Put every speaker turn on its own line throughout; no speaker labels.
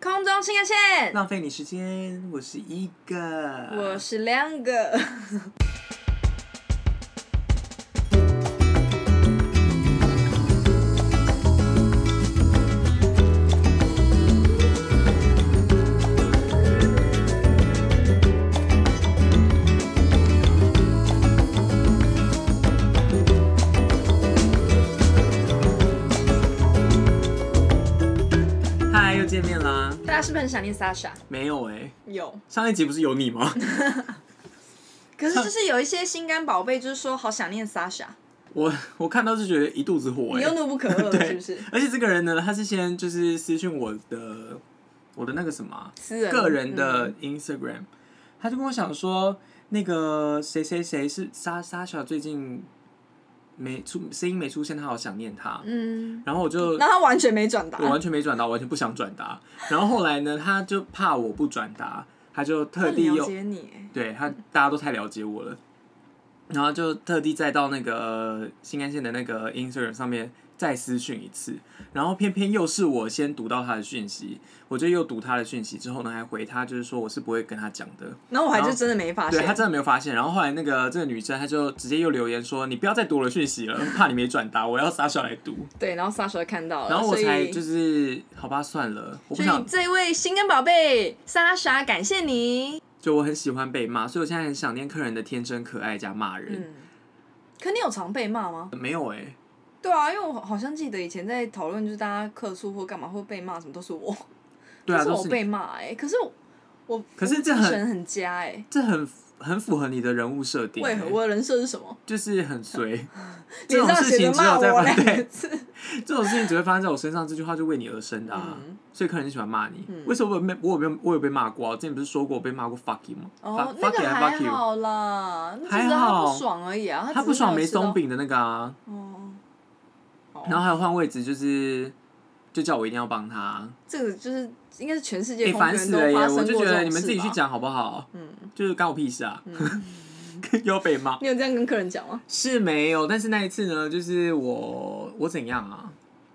空中新干线，
浪费你时间，我是一个，
我是两 个。
嗨，又见面啦。
大家是不是很想念 Sasha？
没有哎、
有，
上一集不是有你吗？
可是就是有一些心肝宝贝，就是说好想念 Sasha，
我我看到就觉得一肚子火
你
哎、
又怒不可遏了，
对
是不是？
而且这个人呢，他是先就是私讯我的我的那个什么啊、
私人
个人
嗯
的 Instagram，、他就跟我想说，那个谁谁谁是莎莎小最近没出声音没出现，他好想念他。
嗯，
然后我就
那他完全没转达
我，完全没转达，我完全不想转达。然后后来呢，他就怕我不转达，他就
他
特
很
地
了
又
解你，
对他大家都太了解我了，然后就特地再到那个新干线的那个 Instagram 上面再私讯一次，然后偏偏又是我先读到他的讯息，我就又读他的讯息之后呢，还回他就是说我是不会跟他讲的，
然后我还
然
就
后
真的没发
对他
现，
真的没有发现。然后后来那个这个女生她就直接又留言说你不要再读我的讯息了，怕你没转达，我要撒小来读，
对，然后 Sasha 看到了，
然后我
哦所以
才就是好吧算了，我不
所以
想
这位心肝宝贝 Sasha，感谢你。
就我很喜欢被骂，所以我现在很想念客人的天真可爱加骂人，
嗯，可你有常被骂吗？
没有哎、
对啊，因为我好像记得以前在讨论，就是大家客诉或干嘛会被骂，什么都是我，
对啊，
都是我
都是你
被骂哎、可是我我
可是这
我
很
精神很佳哎、
这很很符合你的人物设定、
为何我的人设是什么？
就是很随，
你
欸这种
上
事
写
情
着
只有
骂
在
我
发
两个
对，
字，
这种事情只会发生在我身上，这句话就为你而生的、啊，
嗯
所以客人就喜欢骂你。
嗯
为什么我没我有没有我有被骂过、啊？我之前不是说过我被骂过 fuck you 吗？
哦
Fuck-，
那
fuck you
个
还
还
fuck you，
好啦，那只
还
是他
好
不爽而已啊，只
他
是
不爽
没
没
有吃到
松。饼的那个啊，
哦，哦
然后还有换位置，就是就叫我一定要帮他，啊
这个就是应该是全世
哎、
界
烦死了
都
耶！
发
我
生
就
过
觉
这
得
种
你们
事
自己去
吧。
讲好不好？
嗯，
就是干我屁事啊， 又被骂。
你有这样跟客人讲吗？
是没有，但是那一次呢，就是我我怎样啊？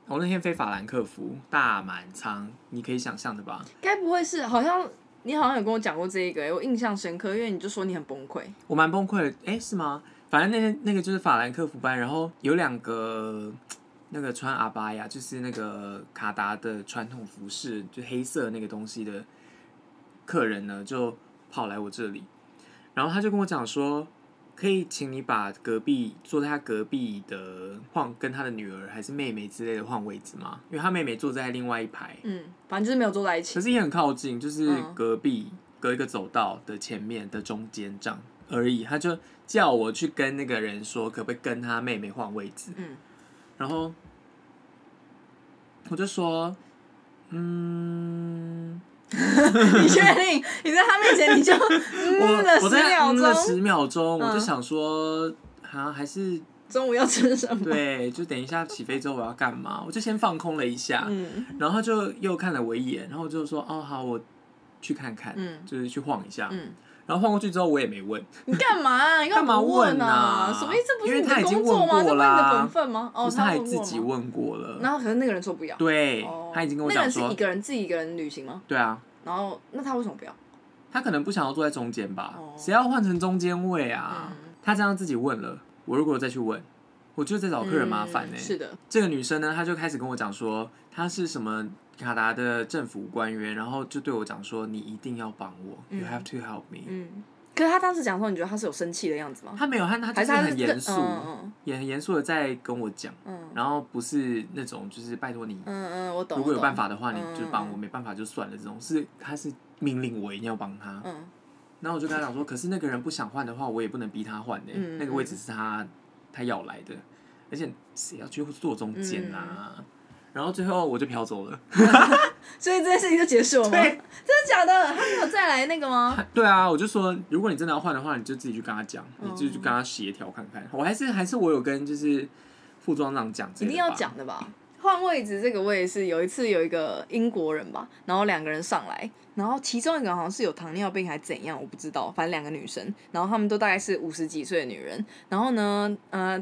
我那天飞法兰克福大满仓，你可以想象的吧？
该不会是好像你好像有跟我讲过这一个、欸，我印象深刻，因为你就说你很崩溃。
我蛮崩溃的，哎、是吗？反正那天那个就是法兰克福班，然后有两个那个穿阿巴呀，就是那个卡达的传统服饰，就黑色那个东西的客人呢，就跑来我这里，然后他就跟我讲说，可以请你把隔壁坐在他隔壁的换跟他的女儿还是妹妹之类的换位置吗？因为他妹妹坐在另外一排，
嗯，反正就是没有坐在一起
可。是也很靠近，就是
嗯
隔壁、隔一个走道的前面的中间这样而已。他就叫我去跟那个人说，可不可以跟他妹妹换位置？
嗯，
然后我就说，嗯，
你确定你在他面前你就
我
嗯了
我
十
在
秒
嗯了
钟？
十秒钟，我就
嗯
想说，啊，还是
中午要吃什么？
对，就等一下起飞之后我要干嘛？我就先放空了一下，
嗯
然后他就又看了我一眼，然后我就说，哦，好，我去看看，
嗯
就是去晃一下，
嗯，
然后晃过去之后我也没问。
你干嘛啊？你
干嘛
不
问
啊？
啊
什么意思？这不
因
是
为
你
他
的
已经
工作吗？这
问过
不是你的
啦
本分吗？哦，
不是他还
问
自
过
己
吗。
问过了，
然后可是那个人说不要。
对
哦，
他已经跟我
那个
讲
人是
说
一，个人自己一个人旅行吗？
对啊，
然后那他为什么不要？
他可能不想要坐在中间吧
哦，
谁要换成中间位啊
嗯？
他这样自己问了，我如果再去问，我就在找哦客人麻烦呢欸
嗯。是的，
这个女生呢，她就开始跟我讲说，她是什么卡达的政府官员，然后就对我讲说，你一定要帮我
嗯
，You have to help me。
嗯。可是他当时讲的时候，你觉得他是有生气的样子吗？
她没有，她她就
还
是
是他
很严肃，
嗯
也很严肃的在跟我讲，
嗯嗯
然后不是那种就是拜托你
嗯嗯，我懂。
如果有
我懂
办，法的话，你就帮
嗯嗯
我；
嗯
没办法就算了。这种是他是命令我一定要帮他。
嗯
然后我就跟他讲说，可是那个人不想换的话，我也不能逼他换呢、
嗯
那个位置是他他要来的，而且谁要去坐中间啊？
嗯
然后最后我就飘走了。
所以这件事情就结束了吗？真
对
的假的？他没有再来那个吗？
对啊，我就说，如果你真的要换的话，你就自己去跟他讲，
嗯
你就去跟他协调看看。我还是还是我有跟就是副庄长讲之
一
类的吧，
定要讲的吧？换位置这个我也是有一次有一个英国人吧，然后两个人上来，然后其中一个好像是有糖尿病还怎样，我不知道，反正两个女生，然后她们都大概是五十几岁的女人，然后呢，呃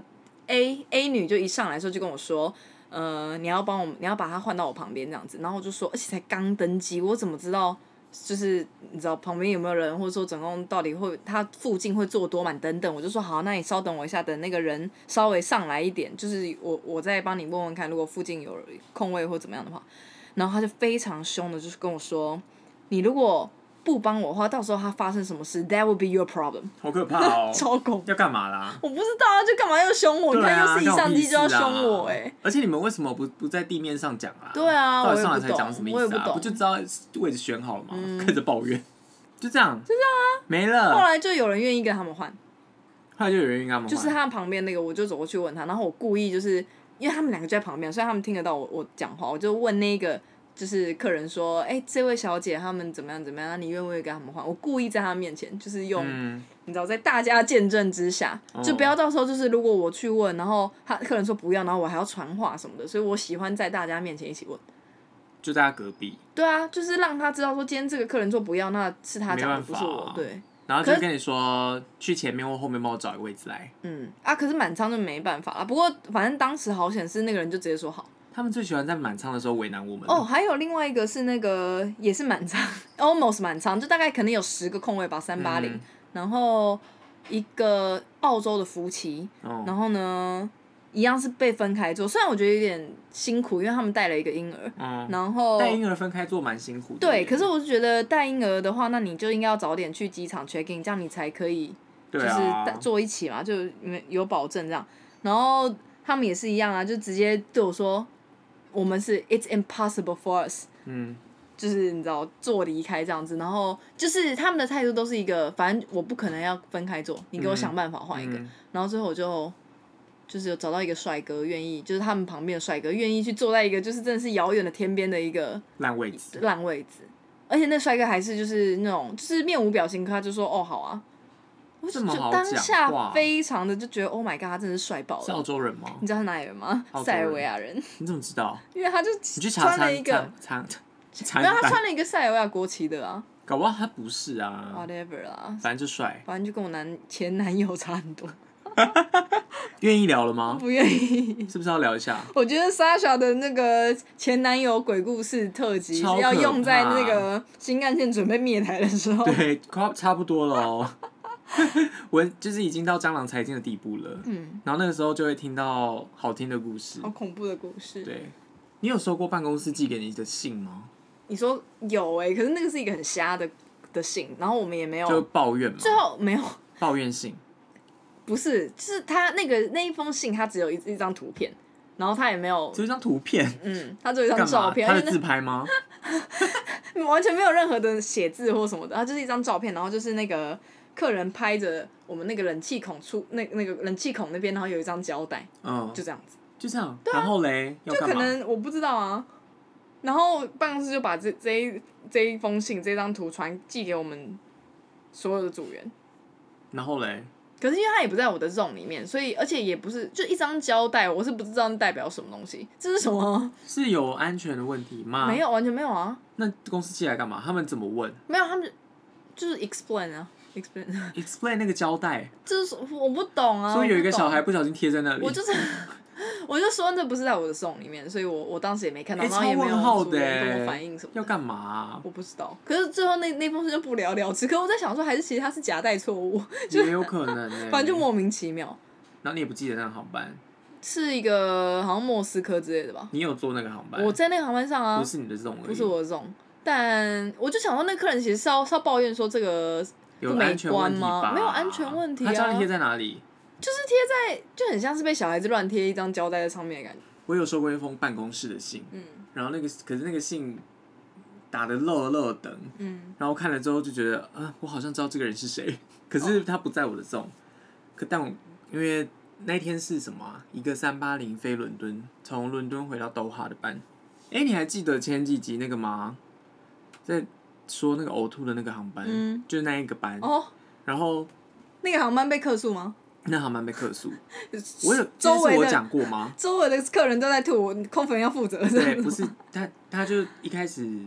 ，A A 女就一上来的时候就跟我说，呃，你要帮我，你要把它换到我旁边这样子。然后我就说，而且才刚登机，我怎么知道？就是你知道旁边有没有人，或者说总共到底会他附近会坐多满等等，我就说好，那你稍等我一下，等那个人稍微上来一点，就是我我再帮你问问看，如果附近有空位或怎么样的话，然后他就非常凶的，就是跟我说，你如果不帮我的话，到时候他发生什么事，that will be your problem，！
好可怕 哦
超恐怖。
要干嘛啦？
我不知道啊，就干嘛要凶我？你
对
看、
啊，
又是一上机就要
干我屁
凶
事啊
我哎、
而且你们为什么不不在地面上讲啊？
对啊
到
我
底
也
上来
不
才
懂
讲什么意
我也
思
不
啊？
懂嗯
不就知道位置选好了吗？跟着抱怨，就这样，就这样啊，没
后
了。
来就有人愿意跟他们换，
后来就有人应该吗？
就是他旁边那个，我就走过去问他，然后我故意就是因为他们两个就在旁边，所以他们听得到我我讲话，我就问那个就是客人说，哎、这位小姐他们怎么样怎么样，你愿不愿意跟他们换？我故意在他面前就是用、
嗯，
你知道在大家见证之下，就
哦
不要到时候就是如果我去问，然后他客人说不要，然后我还要传话什么的，所以我喜欢在大家面前一起问。
就在他隔壁，
对啊，就是让他知道说今天这个客人说不要，那是他讲的，
没
不
办
是
法
我
啊。
对，
然后
可
就是跟你说去前面或后面帮我找一个位置来。
嗯啊，可是满仓就没办法了。不过反正当时好险是那个人就直接说好。
他们最喜欢在满仓的时候为难我们了
哦，还有另外一个是那个也是满仓 ，almost 满仓，就大概可能有十个空位吧，三八零
嗯。
然后一个澳洲的夫妻，
哦
然后呢一样是被分开坐，虽然我觉得有点辛苦，因为他们带了一个婴儿，
嗯，
然后
带婴儿分开坐蛮辛苦的。
对，可是我就觉得带婴儿的话，那你就应该要早点去机场 check in，这样你才可以
对
就是
啊
大，坐一起嘛，就没有保证这样。然后他们也是一样啊，就直接对我说，我们是 it's impossible for us，
嗯，
就是你知道坐离开这样子。然后就是他们的态度都是一个，反正我不可能要分开坐，你给我
嗯
想办法换一个。
嗯
然后最后我就。就是有找到一个帅哥愿意，就是他们旁边的帅哥愿意去坐在一个就是真的是遥远的天边的一个
烂位置。
烂位置，而且那帅哥还是就是那种就是面无表情，可他就说哦好啊，我就
这么好
当
讲
下
话啊
非常的就觉得 Oh my god，他真的是帅爆
是澳
了。
洲人吗
你？知道他哪里人吗
澳？洲
塞尔
人
维亚人，
你怎么知道？
因为他就
你去查
穿
查
了一个，
查查查
没有他
单，
穿哦了一个塞尔维亚国旗的啊
搞不好他不是啊，
，whatever 啦，
反正就帅。
反正就跟我男前男友差很多，
愿意聊了吗？
不愿意。
是不是要聊一下？
我觉得 Sasha 的那个前男友鬼故事特辑
超
是要
可
用在
怕
那个新干线准备灭台的时候，
对，快差不多了哦。 我就是已经到蟑螂才尽的地步了，
嗯，哦
然后那个时候就会听到好听的故事
好。恐怖的故事。
对，你有收过办公室寄给你的信吗？
你说有哎、可是那个是一个很瞎的的信，然后我们也没
就
有，
抱怨嘛，
最后没有，
抱怨信。
不是，就是他那个那一封信，他只有一一张图片，然后他也没有，
就一张图片，
嗯，他只有一哦张
干
照
嘛？
片，
他
而
的
且
自拍 吗？
那完全没有任何的写字或什么的，他就是一张照片，然后就是那个客人拍着我们那个冷气孔出那那个冷气孔那边，然后有一张胶带，
嗯，
就
就
这样子，
就这样。然后嘞，要
就
干
可
嘛？
能我不知道啊。然后办公室就把这这一这一封信这张图传寄给我们所有的组员。
然后嘞，
可是因为它也不在我的 zone 里面，所以而且也不是就一张胶带，我是不知道那代表什么东西，这是什么？
是有安全的问题吗？
没。有，完全没有啊，
那公司寄来干嘛？他们怎么问
没有，他们就是 explain 啊，explain，
？Explain 那个胶带，
就是我不懂啊，
所以有一个小孩
我
不小心贴在那
不懂，
里
我。就是。 我就说那不是在我的 zone 里面，所以我我当时也没看到，
欸
然后也没有
超问号
组员跟我
的
反映什么
要
的，
干嘛啊、
我不知道。可是最后那那封信就不了了之。可我在想说，还是其实他是夹带错误，
也有可能、欸。
反正就莫名其妙，
然后你也不记得那个航班，
是一个好像莫斯科之类的吧？
你有坐那个航班？
我在那个航班上啊，
不是你的这种，
不是，我的这种，但我就想说，那客人其实是要是要抱怨说这个
有
不美
安全问题
观吗
吧？
没有安全问题啊
他教你贴在哪里？
就是贴在，就很像是被小孩子乱贴一张胶带在上面的感觉。
我有收过一封办公室的信，
嗯
然后那个可是那个信打的漏漏等，
嗯，
然后看了之后就觉得，啊、我好像知道这个人是谁，可是
哦
他不在我的 zone，、可但我因为那天是什么啊、一个三八零飞伦敦，从伦敦回到都哈的班。哎，你还记得前几集那个吗？在说那个呕吐的那个航班，
嗯
就是那一个班，
哦，
然后
那个航班被客诉吗？
那航班被客诉。我有，这
周围
是我
的
讲过吗？
周围的客人都在吐，我空服员要负责。
对，不是他，他就一开始，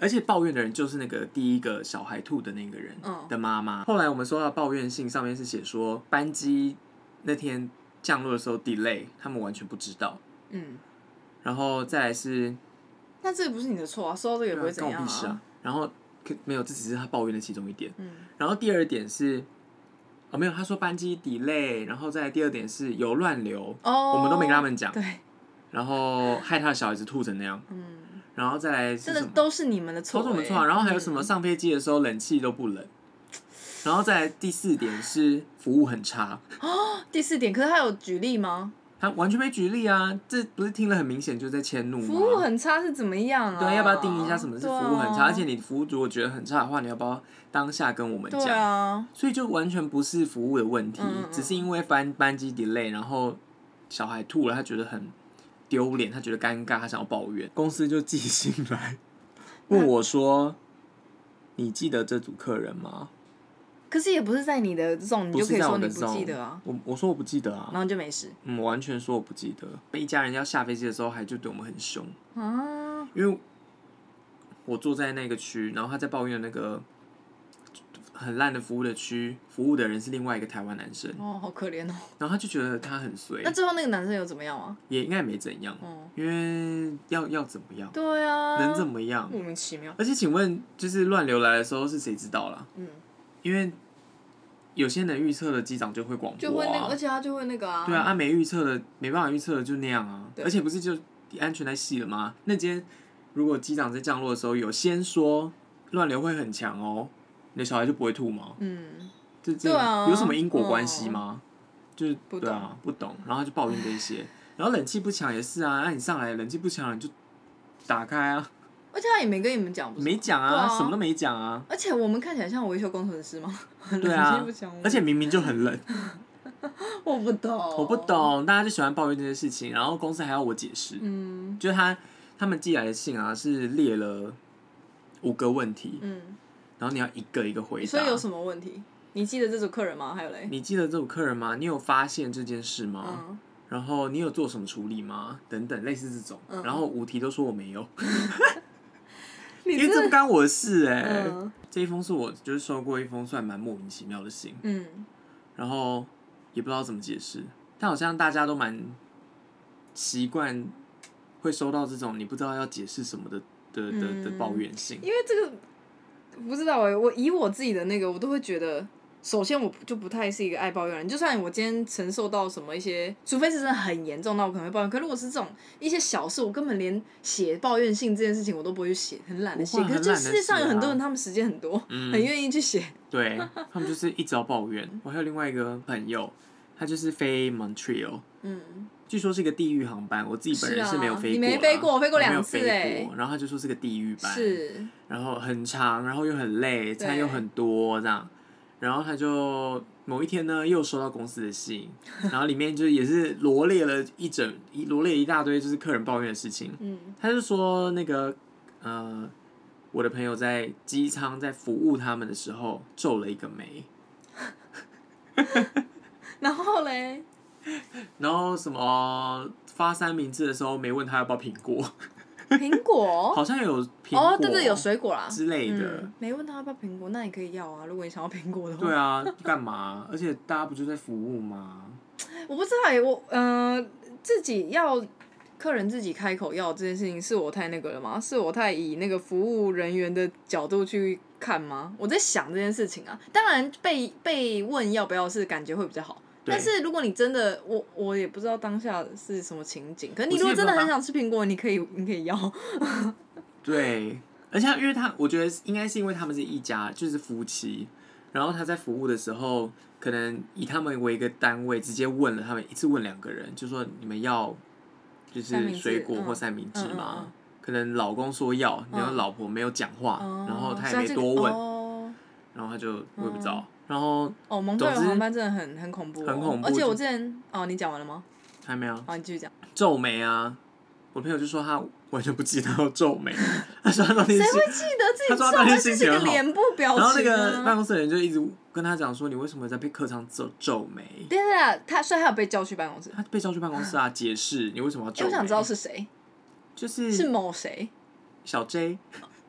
而且抱怨的人就是那个第一个小孩吐的那个人
嗯
的妈妈。后来我们收到抱怨信，上面是写说班机那天降落的时候 delay，他们完全不知道。
嗯，
然后再来是
那这个不是你的错啊，收到这个也不会怎
关我
样
屁事啊
啊。。
然后可没有，这只是他抱怨的其中一点。
嗯，
然后第二点是，哦没有，他说班机 delay，然后再来第二点是有乱流，
哦，
我们都没跟他们讲，
对，
然后害他的小孩子吐成那样，
嗯，
然后再来是
真
什
的
么？
都是你们的错、欸，
都是我们错啊。然后还有什么上飞机的时候冷气都不冷，然后再来第四点是服务很差，
嗯？第四点，可是他有举例吗？
他完全没举例啊，这不是听了很明显就是在迁怒吗？
服务很差是怎么样啊？
对，要不要定义一下什么是服务很
对
差？
啊、
而且你服务如果觉得很差的话，你要不要当下跟我们讲？
对啊，
所以就完全不是服务的问题，
嗯嗯嗯
只是因为班班机 delay，然后小孩吐了，他觉得很丢脸，他觉得尴尬，他想要抱怨，公司就寄信来 问我说：“你记得这组客人吗
可是也不是在你的这种，？”你
不
就可
是
以
在
说
我
你
的
不
zone
记得啊，
我我说我不记得
然
啊，
后就没事
嗯，我完全说我不记得。一家人要下飞机的时候，还就对我们很凶，
啊。
因为我坐在那个区，然后他在抱怨那个很烂的服务的区，服务的人是另外一个台湾男生，
哦，好可怜哦。
然后他就觉得他很衰
那，最后那个男生有怎么样啊？
也应该没怎样，
嗯，
因为要要怎么样，
对啊，
能怎么样？
莫名其妙？
而且请问，就是乱流来的时候是谁知道啦？
嗯，
因为有些能预测的机长就会广播、啊，
就会那个，而且他就会那个啊。
对啊，，按、没预测的，没办法预测的就那样啊。
对
而且不是就安全带系了吗？那今天如果机长在降落的时候有先说乱流会很强哦，你的小孩就不会吐吗？
嗯，
这这
对啊嗯
有什么因果关系吗？就是
不
对啊，不懂，然后就抱怨这 些。然后冷气不强也是啊，那、你上来冷气不强你就打开啊，
而且他也没跟你们讲，不是吗
没讲
对
啊，
啊
什么都没讲啊，
而且我们看起来像维修工程师吗？
对啊
冷静不讲我
而且明明就很冷，
我不懂，
我不。懂，大家就喜欢抱怨这些事情，然后公司还要我解释，
嗯
就是他他们寄来的信啊，是列了五个问题，
嗯，
然后你要一个一个回答
所以。有什么问题？你记得这组客人吗？还有嘞，
你记得这组客人吗？你有发现这件事吗？
嗯，
然后你有做什么处理吗？等等，类似这种。
嗯
然后五题都说我 没有，
你
因为这
这
不干我的事哎、
嗯
这一封是我就是收过一封算蛮莫名其妙的信，
嗯，
然后也不知道怎么解释，但好像大家都蛮习惯会收到这种你不知道要解释什么的的的的
嗯
抱怨信。
因为这个不知道哎、我以我自己的那个，我都会觉得。首先，我就不太是一个爱抱怨的人。就算我今天承受到什么一些，除非是真的很严重，那我可能会抱怨。可如果是这种一些小事，我根本连写抱怨信这件事情我都不会去写，很懒的写。
不会
可是
很
这
懒得
世界上有
写
很多
啊
人，他们时间很多，
嗯
很愿意去写。
对他们就是一直要抱怨。我还有另外一个朋友，他就是飞 Montreal，
嗯，
据说是一个地狱航班，我自己本人
是啊
是没有飞过啦、
你没飞过我飞过
我没有
两次
飞
欸
过然后他就说是个地狱班，
是，
然后很长，然后又很
对
累，餐又很多这样。然后他就某一天呢，又收到公司 的信，然后里面就也是罗列了一整一罗列一大堆就是客人抱怨的事情。
嗯
他就说那个呃，我的朋友在机舱在服务他们的时候皱了一个眉，，
然后嘞，
然后什么发三明治的时候没问他要不要苹果，
苹果，
好像有苹果
哦，对对，有水果啦
之类的。
嗯，没问他要不要苹果，那你可以要啊，如果你想要苹果的话。
对啊，干嘛？而且大家不就在服务吗？
我不知道欸，我呃自己要客人自己开口要这件事情，是我太那个了吗？是我太以那个服务人员的角度去看吗？我在想这件事情啊，当然被被问要不要是感觉会比较好。
对
但是如果你真的，我我也不知道当下是什么情景。可是你
我
如果
是也不
真
知道
的很
当
想吃苹果，你可以，你可以要。
对，而且他因为他，我觉得应该是因为他们是一家，就是夫妻。然后他在服务的时候，可能以他们为一个单位，直接问了他们一次问两个人，就说你们要就
三明
是
治
水果
嗯
或三明治吗？
嗯嗯嗯
可能老公说要，然后
嗯
老婆没有讲话，
哦
然后他
所
也
以这
没
个
多问，
哦
然后他就我也不知
嗯
道，然后
哦，蒙特尔
总之
航班真的很很恐怖哦、
很恐怖
而且
就
我之前哦，你讲完了吗？
还没有
好，你继续讲。
皱眉啊，我朋友就说他完全不记得要皱 皱眉，他说他当天
谁
心
会记得自己
他说他
皱
当
眉
天
是
心
己
情
的
很好
脸部表情、
然
啊？
后那个办公室的人就一直跟他讲说，你为什么在被课上皱皱眉？
对对对，他所以他有被叫去办公室。
他被叫去办公室啊，解释你为什么要
诶
皱眉。
我想知道是谁，
就是是
某谁？
小 J，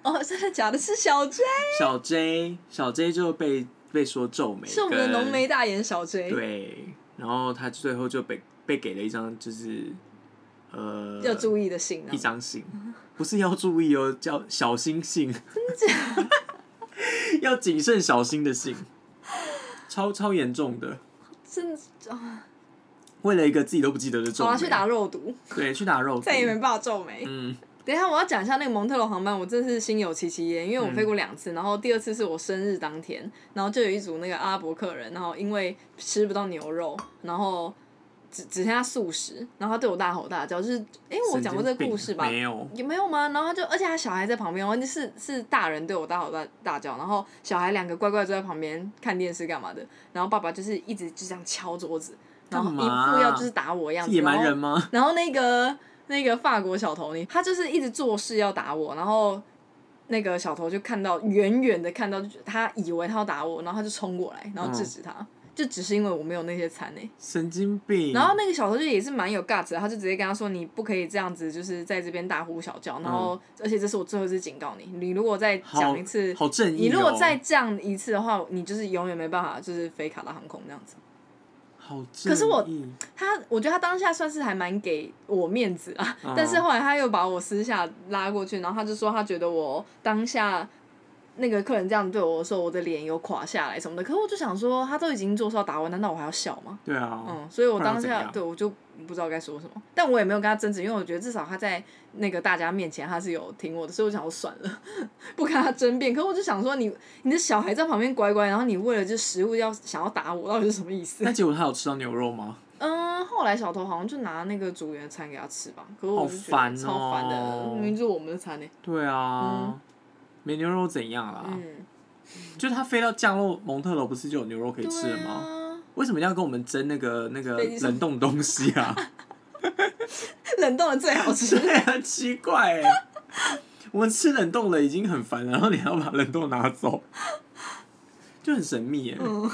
哦， 真的假的？是小 J，
小 J，小 J 就被被说皱眉，
是我们的浓眉。大眼小 J。
对，然后他最后就被被给了一张就是呃
要注意的信啊
一。张信，不是要注意哦，叫小心 信，要谨慎小心的信，超超严重的，
真的啊，
为了一个自己都不记得的皱
好
眉，
了，去打肉毒，
对去打肉毒，
再也没办法皱眉。
嗯
等一下，我要讲一下那个蒙特罗航班，我真是心有戚戚焉，因为我
嗯
飞过两次，然后第二次是我生日当天，然后就有一组那个阿拉伯客人，然后因为吃不到牛肉，然后只只剩下素食，然后他对我大吼大叫，就是，哎、我讲过这个故事吧
神经病？没有，
也没有吗？然后他就，而且他小孩在旁边，然后是是大人对我大吼大大叫，然后小孩两个乖乖坐在旁边看电视干嘛的，然后爸爸就是一直就这样敲桌子，然后一
干嘛
副要就是打我的样
是
子，
野
然
蛮
后
人吗？
然后那个那个法国小头呢，他就是一直做事要打我，然后那个小头就看到远远的看到，就觉得他以为他要打我，然后他就冲过来，然后制止他。
嗯
就只是因为我没有那些餐呢、
神经病，
然后那个小头就也是蛮有 guts 的，他就直接跟他说：“你不可以这样子，就是在这边大呼小叫。”然后，而且这是我最后一次警告你，你如果再讲一次，
嗯好正义、哦，
你如果再这样一次的话，你就是永远没办法就是飞卡达航空这样子。
好正义，
可是我他，我觉得他当下算是还蛮给我面子啊，
嗯
但是后来他又把我私下拉过去，然后他就说他觉得我当下那个客人这样对我说，我的脸有垮下来什么的。可是我就想说，他都已经做事要打我，难道我还要笑吗？
对啊，
嗯，所以我
不然
当
怎
下
样
对我就不知道该说什么，但我也没有跟他争执，因为我觉得至少他在那个大家面前他是有听我的，所以我想我算了， 不跟他争辩。可我就想说你， 你的小孩在旁边乖乖，然后你为了这食物要想要打我，到底是什么意思？
那结果他有吃到牛肉吗？
嗯，后来小头好像就拿那个组员的餐给他吃吧，可是我
好
就觉得
烦哦
超烦的，明明就是我们的餐呢、
对啊，没牛肉怎样啦？
嗯，
就他飞到降落蒙特楼，不是就有牛肉可以吃了
对
吗？
啊，
为什么要跟我们争那个那个
飞机上
冷冻东西 啊？
啊冷冻的最好吃。
对啊，很奇怪欸、我们吃冷冻了已经很烦了，然后你还要把冷冻拿走，就很神秘耶、
嗯，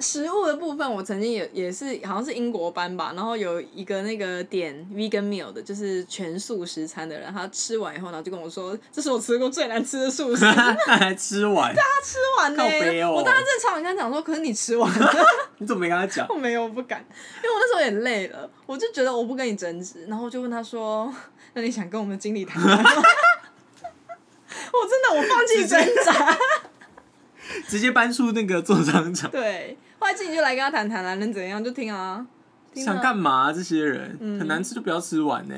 食物的部分，我曾经也也是好像是英国班吧，然后有一个那个点 vegan meal 的，就是全素食餐的人，他吃完以后，然后就跟我说，这是我吃过最难吃的素食， 吃
那还吃完，
完呢、
靠北哦
我当时正常跟他讲说，可是你吃完了。
你怎么没跟他讲
我？没有，我不敢，因为我那时候也累了，我就觉得我不跟你争执，然后我就问他说：“那你想跟我们经理谈谈吗？” 我真的我放弃挣扎，
直接搬出那个座商场，
对，后来经理就来跟他谈谈啦，能怎样就听啊，听啊
想干嘛、这些人、很难吃就不要吃欸完呢、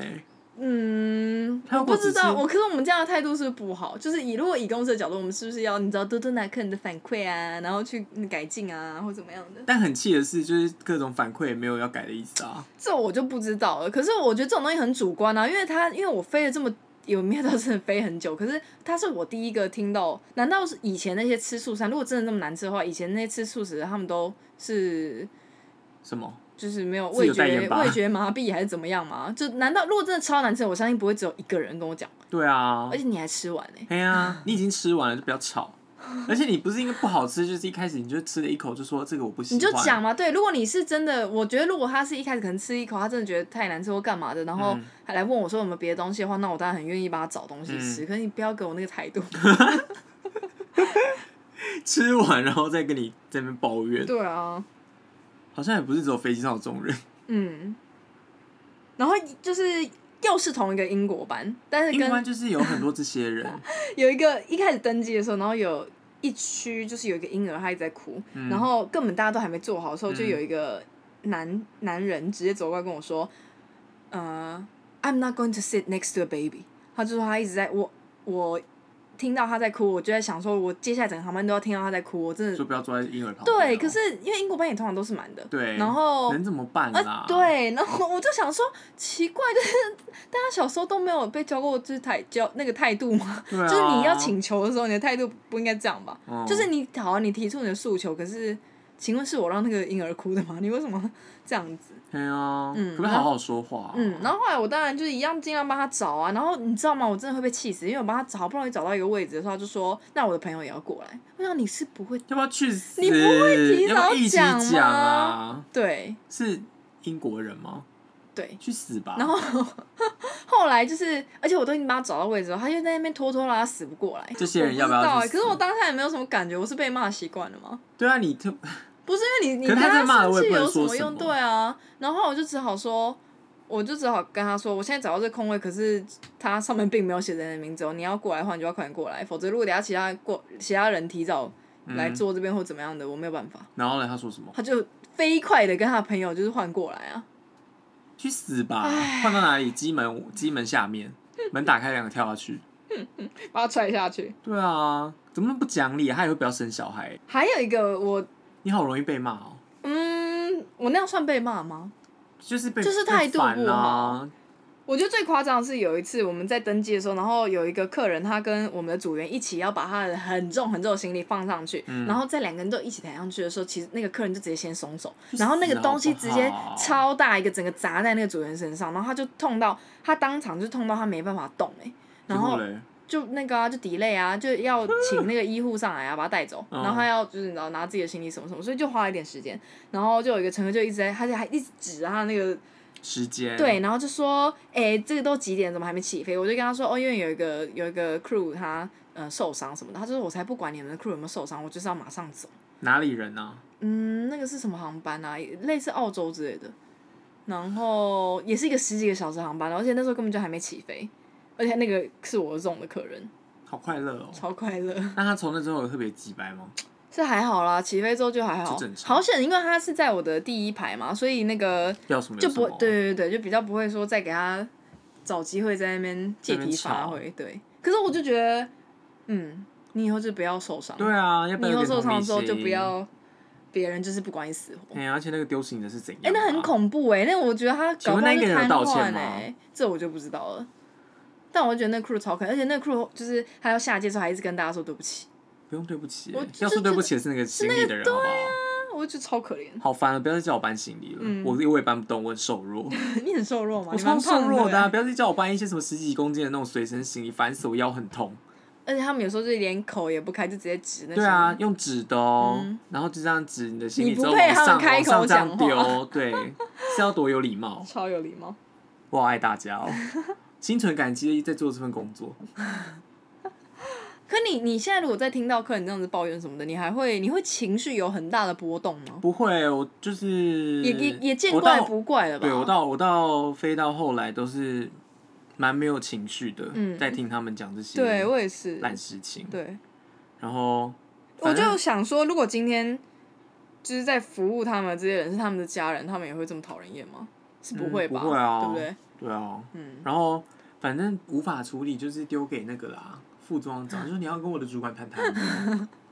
嗯，
他
我
如果
不知道，
只是
我可是我们这样的态度是不是不好，就是以如果以公司的角度，我们是不是要你知道多多拿客人的反馈啊，然后去嗯改进啊，或怎么样的？
但很气的是，就是各种反馈也没有要改的意思啊。
这我就不知道了。可是我觉得这种东西很主观啊，因为他因为我飞了这么。有没有到真的飞很久？可是他是我第一个听到。难道是以前那些吃素餐，如果真的那么难吃的话，以前那些吃素食的他们都是
什么？
就是没有
自
味
由
觉
代言吧
味觉麻痹还是怎么样嘛？就难道如果真的超难吃，我相信不会只有一个人跟我讲，
对啊
而，且你还吃完呢、欸
嘿啊，你已经吃完了就不要吵，而且你不是因为不好吃，就是一开始你就吃了一口就说这个我不喜
你
欢，
就讲嘛，对，如果你是真的，我觉得如果他是一开始可能吃一口，他真的觉得太难吃或干嘛的，然后
嗯
还来问我说有没有别的东西的话，那我当然很愿意帮他找东西
嗯
吃。可是你不要给我那个态度，
吃完然后再跟你在那边抱怨，
对啊，
好像也不是只有飞机上有这种人，
嗯，然后就是又是同一个英国班，但是
因为
跟
就是有很多这些人，
有一个一开始登记的时候，然后有一区就是有一个婴儿他一直在哭，
嗯
然后根本大家都还没做好的时候，就
嗯
有一个男、男人直接走过来跟我说，呃，I'm not going to sit next to a baby，他就说他一直在我我听到他在哭，我就在想说，我接下来整个航班都要听到他在哭，我真的
说不要坐在婴儿旁边哦。
对，可是因为英国班也通常都是满的，
对，
然后啊
能怎么办啊啦？，
呃对，然后我就想说，奇怪，就是大家小时候都没有被教过，就是态教那个态度吗？
对啊，
就是你要请求的时候，你的态度不应该这样吧？
嗯，
就是你好、啊，你提出你的诉求，可是请问是我让那个婴儿哭的吗？ 你为什么这样子？
对啊，
嗯
可不可以好好说话？
嗯，然后后来我当然就是一样尽量帮他找啊，然后你知道吗？我真的会被气死，因为我帮他找好不容易找到一个位置的时候，他就说那我的朋友也要过来。我想你是不会
要不要去死？
你不会提早
要不要一起
讲啊吗
讲啊？
对
是英国人吗？
对，
去死吧！
然后 后来就是，而且我都已经帮他找到位置了，他就在那边拖拖拉拉，死不过来。
这些人要不
我
要
不知道欸
去死
可是我当下也没有什么感觉，我是被骂习惯了吗？
对啊，你特
不是因为你你
可是他
跟
真的骂了
生
我也
气
不能
有什
说
么
什
用？
么
对啊，然后我就只好说，我就只好跟他说，我现在找到这空位，可是他上面并没有写人的名字哦。你要过来的话，你就要快点过来，否则如果等下其他过其他人提早
嗯
来坐这边或怎么样的，我没有办法。
然后呢，他说什么？
他就飞快的跟他朋友就是换过来啊，
去死吧！换到哪里？机门机门 下面，门打开两个跳下去。
把他踹下去。
对啊，怎么那么不讲理、啊？他以后不要生小孩、
还有一个我，
你好容易被骂哦、
嗯，我那样算被骂吗？
就是被
就是态度
被烦啊。
我觉得最夸张的是有一次我们在登记的时候，然后有一个客人他跟我们的组员一起要把他的很重很重的行李放上去，
嗯
然后在两个人都一起抬上去的时候，其实那个客人就直接先松手，
嗯
然后那个东西直接超大一个，整个砸在那个组员身上，然后他就痛到他当场就痛到他没办法动哎、欸然
结
后
果嘞
就那个啊，就 delay 啊，就要请那个医护上来啊，把他带走，
嗯
然后他要就是你知道拿自己的行李什么什么，所以就花了一点时间，然后就有一个乘客就一直在，他就还一直指着他那个
时间
对，然后就说，哎、这个都几点，怎么还没起飞？我就跟他说，哦，因为有一个有一个 crew 他呃受伤什么的，他就说我才不管你们的 crew 有没有受伤，我就是要马上走。
哪里人啊？
嗯，那个是什么航班啊？类似澳洲之类的，然后也是一个十几个小时航班，而且那时候根本就还没起飞，而且那个是我这种的客人，
好快乐哦、
超快乐。
那他从那之后有特别鸡掰吗？
是还好啦，起飞之后就还好
就正，常
好险，因为他是在我的第一排嘛，所以那个
要什么有
就
什
不
么
会，对对对，就比较不会说再给他找机会在那边借
在那
题
边
发
吵
挥。对，可是我就觉得，嗯，你以后就不要受伤，
对啊，要不
你
然
以
有
后
点
受伤
同
的
理
时候就
心
不。要别人就是不管你死活。
哎、而且那个丢行的是怎样、啊？
哎、那很恐怖哎、那我觉得他
请
搞
问
不好
那个
是
人有
瘫
道歉
痪
吗
哎，这我就不知道了。但我觉得那 crew 超可爱，而且那 crew 就是他要下界之后还一直跟大家说对不起，
不用对不起、
我
要
就
说对
觉
不
得
起的是那个行李的人，好不好？
啊嗯我就觉得超可怜。
好烦了，啊不要再叫我搬行李了，我我也搬不动，我很瘦弱，
你很瘦弱吗？
我
哦你蛮
超
胖欸
瘦弱的、
对
啊，
不对
不要再叫我搬一些什么十几公斤的那种随身行李，烦死我，腰很痛。
而且他们有时候就连口也不开，就直接指那些。
对啊，，用纸的哦、然后就这样指你的行
嗯
李
你
之
不
后
配
往
他们
上
开
往
口
上这样
讲话
丢，对，是要多有礼貌。
超有礼貌。
我好爱大家哦，心存感激地在做这份工作。
可你你现在如果在听到客人这样子抱怨什么的，你还会你会情绪有很大的波动吗？
不会，我就是
也也也见
我
怪
到
不怪了吧？
对我到我到飞到后来都是蛮没有情绪的，
嗯
在听他们讲这些
对我也是。
烂事情。
对，
然后
我
反正
就想说，如果今天就是在服务他们这些人是他们的家人，他们也会这么讨人厌吗？是不会吧？
嗯不会啊
对不对？
对啊，
嗯
然后反正无法处理，就是丢给那个 啦，副装长，就是你要跟我的主管谈谈，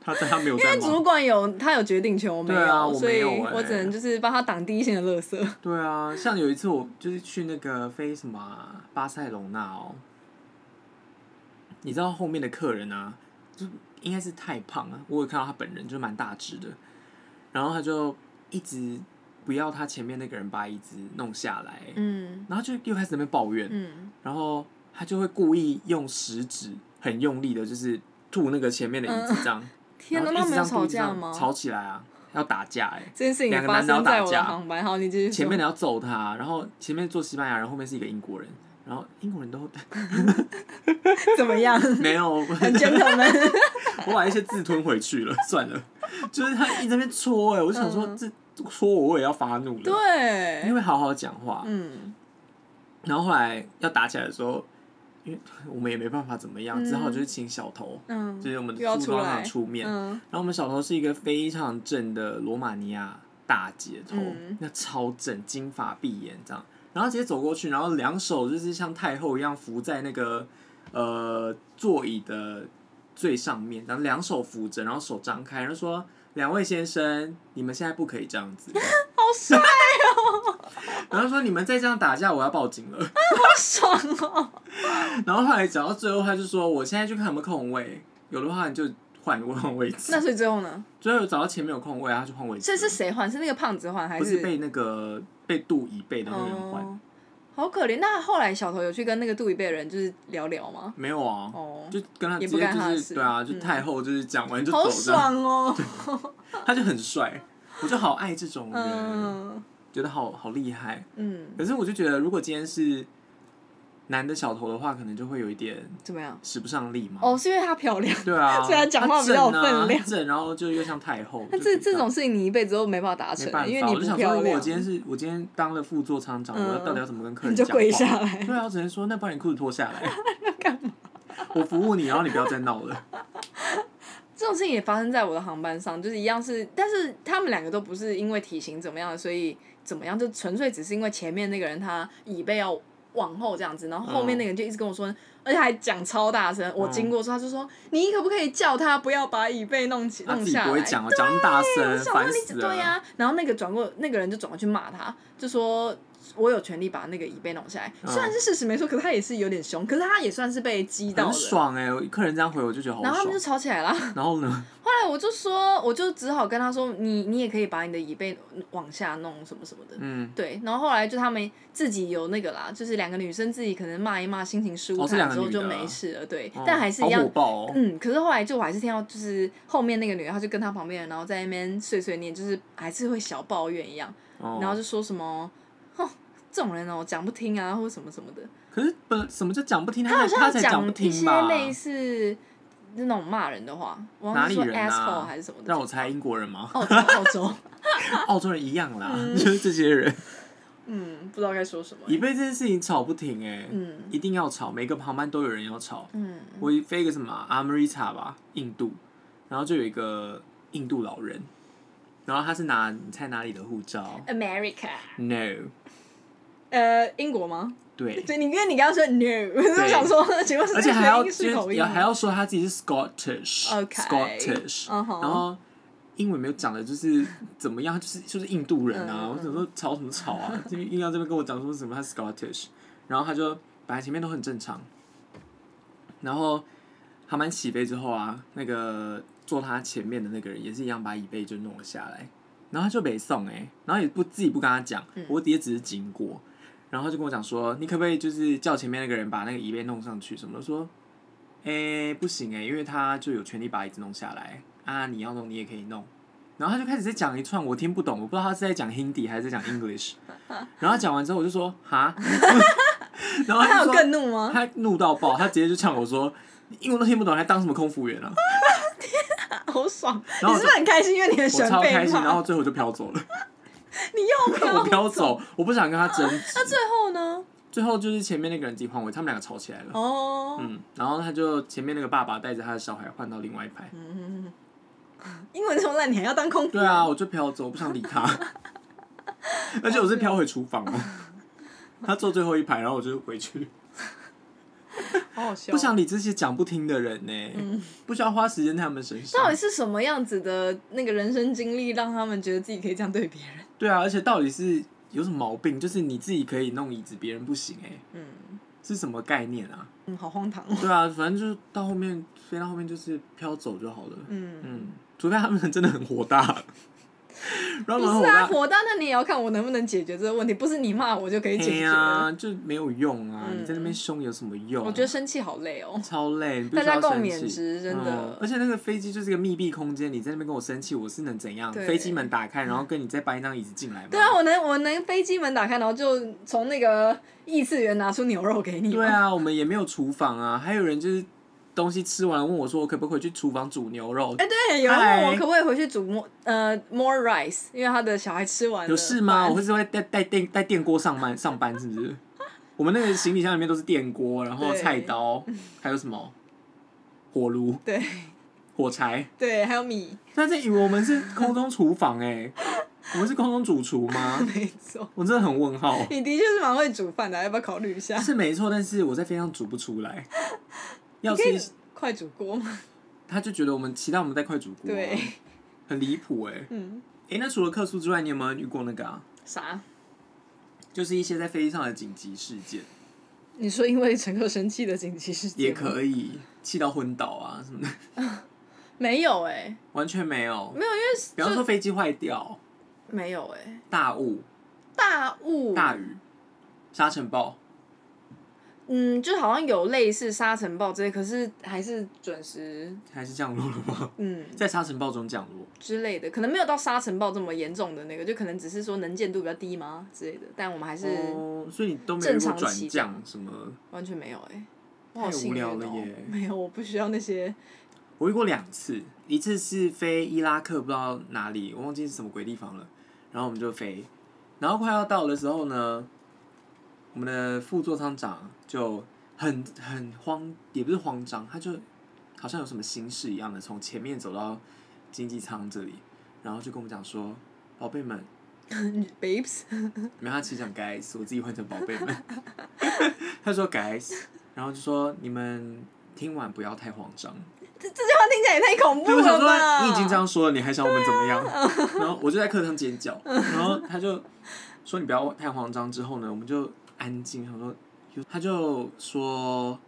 他在他没有在
但 主
吗？
管有他有决定权，我没有，
啊对啊我
所
没
以
有
我
欸
只能就是帮他挡第一线的垃 圾。
对啊，像有一次我就是去那个飞什么啊巴塞隆纳哦，你知道后面的客人啊，就应该是太胖了，我有看到他本人就蛮大只的，然后他就一直不要他前面那个人把椅子弄下来，
嗯
然后就又开始在那边抱怨，
嗯，
然后他就会故意用食指很用力的，就是吐那个前面的椅子这样。
嗯 天哪，
然
他
后一直
们有
这
吵
样吐一直这
架
样
吗？
吵起来啊，要打架哎、
这件事
两
情
个
发
男的要
生在
打
我
架
的航班。好，你继续说。
前面的要揍他，然后前面坐西班牙人，后面是一个英国人，然后英国 人都
怎么样
没有，我
？gentlemen，
我把一些字吞回去了，算了。就是他一直在那边戳哎、我就想说
嗯
这戳我我也要发怒了，因
对，
为好好讲话。
嗯，
然后后来要打起来的时候，因为我们也没办法怎么样，
嗯
只好就是请小头，
嗯
就是我们
又要
的
出
副
来
厂出面。
嗯，
然后我们小头是一个非常正的罗马尼亚大姐头，
嗯
那超正，金发碧眼这样，然后直接走过去，然后两手就是像太后一样扶在那个呃座椅的最上面，然后两手扶着，然后手张开，然后说：“两位先生，你们现在不可以这样子。
好哦爽，好”
然后说：“你们再这样打架，我要报警了。”
爽哦！
然后后来讲到最后，他就说：“我现在去看有没有空位，有的话你就换换位置。”
那所以最后呢？
最后有找到前面有空位，他就换位置
所
了。
以是谁换？是那个胖子换还
不是被那个被杜一辈的那个人换，
哦，好可怜。那后来小头有去跟那个杜一辈的人就是聊聊吗？
没有啊，
哦，
就跟他直
也不
接
干他
就
的
是
事
对啊，就
嗯
太后就是讲完就
好
走的，
爽 哦！
他就很帅，我就好爱这种人，
嗯
觉得好好厉害。
嗯
可是我就觉得，如果今天是男的小头的话，可能就会有一点
怎么样？
使不上力嘛。
哦，是因为她漂亮。
对 啊，
虽然讲话比较有
她正啊
分量
她正然后就又像太后。
那
就
这
比较
这种事情你一辈子都没办法达
没
成
办，法，
因为你
我就
不
想说，
漂
如果我
亮，
今天是我今天当了副座舱长，我要
嗯
到底要怎么跟客
你
人
就
讲话？
跪下来。
对啊，我只能说那把你裤子脱下来。干嘛？ 我服务你，然后你不要再闹了。
这种事情也发生在我的航班上，就是一样是，但是他们两个都不是因为体型怎么样，所以怎么样，就纯粹只是因为前面那个人他椅背要往后这样子，然后后面
嗯
那个人就一直跟我说，而且还讲超大声。我经过的时候，他就说：“你可不可以叫他不要把椅背弄起
他
弄
自己
下
不
来啊
会？”讲，我讲那么大声，
想说
烦
你
死了。
对啊呀、然后那个转过那个人就转过去骂他，就说我有权利把那个椅背弄下来，
嗯
虽然是事实没错，可是他也是有点凶，可是他也算是被激到
很
了。
爽哎、我客人这样回我就觉得好
然后他
爽
们就。吵起来了。
然后呢？
后来我就说，我就只好跟他说，你你也可以把你的椅背往下弄什么什么的。
嗯，
对，然后后来就他们自己有那个啦，就是两个女生自己可能骂一骂，心情舒
哦
坦
是两个
之后就
女的
没事了，对，
哦
但还是一
好
样
火。爆哦。
嗯，可是后来就我还是听到，就是后面那个女的，她就跟她旁边人，然后在那边碎碎念，就是还是会小抱怨一样，
哦
然后就说什么，哼，这种人哦、讲不听啊，或者什么什么的。
可是本来什么叫讲不听？
他好
他才
像
才
讲
不
一
听
些
吧？
类似那种骂人的话，我忘记
哪
说
里人
asshole
啊
还是什么的
让，我猜英国人 吗？
澳洲，澳洲，
澳洲人一样啦，
嗯
就是这些 人，
嗯，不知道该说什么欸、
一辈这件事情吵不停哎、
嗯
一定要吵，每个航班都有人要吵。
嗯，
我飞一个什么啊阿美 r 塔吧，印度，然后就有一个印度老人，然后他是拿你猜哪里的护照
America，
？No，
呃，英国吗？
对，
对，你因为你刚刚说 no，我 就想说，请问是
而且还要
英式口
也
音吗
还要说他自己是 Scottish，Scottish，、
OK
Scottish，
嗯哼
然后英文没有讲的就是怎么样，就是就是印度人啊，
嗯嗯嗯
我想说吵什么吵啊，这边硬要这边跟我讲说什么他 Scottish，然后他就本来前面都很正常，然后他们起飞之后啊，那个坐他前面的那个人也是一样把椅背就弄了下来，然后他就北送哎、然后也不自己不跟他讲，
嗯
我也只是经过。然后他就跟我讲说，你可不可以就是叫前面那个人把那个椅背弄上去什么的？我说，诶、不行欸诶、因为他就有权利把椅子弄下来啊，你要弄你也可以弄。然后他就开始在讲一串我听不懂，我不知道他是在讲 Hindi 还是在讲 English。然后他讲完之后我就说哈，然后
啊他
他
有
就说
更怒吗？
他怒到爆，他直接就呛我说，你英文都听不懂，还当什么空服员啊？
好爽！你
然后
是不是很开心？因为你很喜
我
欢
超
被
开心，然
骂。
后最后就飘走了，
你又没
我
有？
飘走，我不想跟他争执。
最后呢？
最后就是前面那个人自己换位，他们两个吵起来了。
哦，
嗯，然后他就前面那个爸爸带着他的小孩换到另外一排。
嗯，英文这么烂，你还要当空服？
对啊，，我就飘走，我不想理 他，而且我是飘回厨房哦。他坐最后一排，然后我就回去，
好好笑。
不想理这些讲不听的人呢、不需要花时间在他们身
嗯到
上
底。是什么样子的那个人生经历，让他们觉得自己可以这样对别人？
对啊，而且到底是有什么毛病？就是你自己可以弄椅子，别人不行哎、
嗯
是什么概念啊？
嗯，好荒唐哦。
对啊，反正就是到后面飞到后面就是飘走就好了。
嗯，
嗯，除非他们真的很 火大，然后
不
他们火
是啊，
大，
火大那你也要看我能不能解决这个问题，不是你骂我就可以解
哎
决。
呀，就没有用啊！
嗯
你在那边凶有什么用？啊
我觉得生气好累哦。
超累，你必须
大家
要
共
生
勉
气。
之，真
嗯
的。
而且那个飞机就是一个密闭空间，你在那边跟我生气，我是能怎样？
对
飞机门打开，然后跟你再搬一张椅子进来吗？
对啊，我能我能飞机门打开，然后就从那个异次元拿出牛肉给你。
对，啊，我们也没有厨房啊，还有人就是东西吃完问我说，我可不可以去厨房煮牛肉？
哎、对，有人问我
嗨
可不可以回去煮 more 呃 more rice，因为他的小孩吃完了
有事吗？
饭
我会是会带带电带电锅上班上班是不 是？我们那个行李箱里面都是电锅，然后
对
菜刀，还有什么火炉、
对
火柴。
对，还有米，
那这以为我们是空中厨房哎、我们是空中主厨吗？
没错。
我真的很问号。
你的确是蛮会煮饭的，要不要考虑一下？
是没错，但是我在飞机上煮不出来。要
可以
是
快煮锅吗？
他就觉得我们期待我们在快煮锅、啊，
对，
很离谱哎。
嗯，
哎、那除了客诉之外，你有没有遇过那个啊？
啥？
就是一些在飞机上的紧急事件？
你说因为乘客生气的紧急事件
也
吗
可以气到昏倒啊什么的，
没有哎、
完全没有。
没有，因为
比方说飞机坏掉、
没有哎、
大雾、
大雾
大雨、沙尘暴，
嗯，就好像有类似沙尘暴之类，可是还是准时，
还是降落了 吗？
嗯
在沙尘暴中降落，
之类的，可能没有到沙尘暴这么严重的那个，就可能只是说能见度比较低吗之类的，但我们还是
哦，所以你都没有遇
正
过
常
转
起
降什么？
完全没有哎、我
太
好幸
无
运
聊
哦、
了耶！
没有，我不需要那些
我遇过两次，一次是飞伊拉克，不知道哪里，我忘记是什么鬼地方了。然后我们就飞，然后快要到的时候呢，我们的副座舱长就很很慌，也不是慌张，他就好像有什么心事一样的，从前面走到经济舱这里，然后就跟我们讲说：“宝贝们，
嗯 babes。
没有，他其实讲 guys，我自己换成宝贝们。 他说 guys，然后就说你们听完不要太慌张。
这这句话听起来也太恐怖
对，我想
了
说
吧？
你已经这样说了，你还想我们怎么 样？然后我就在课堂尖叫，然后他就说你不要太慌张。之后呢，我们就安静，想说，他就说，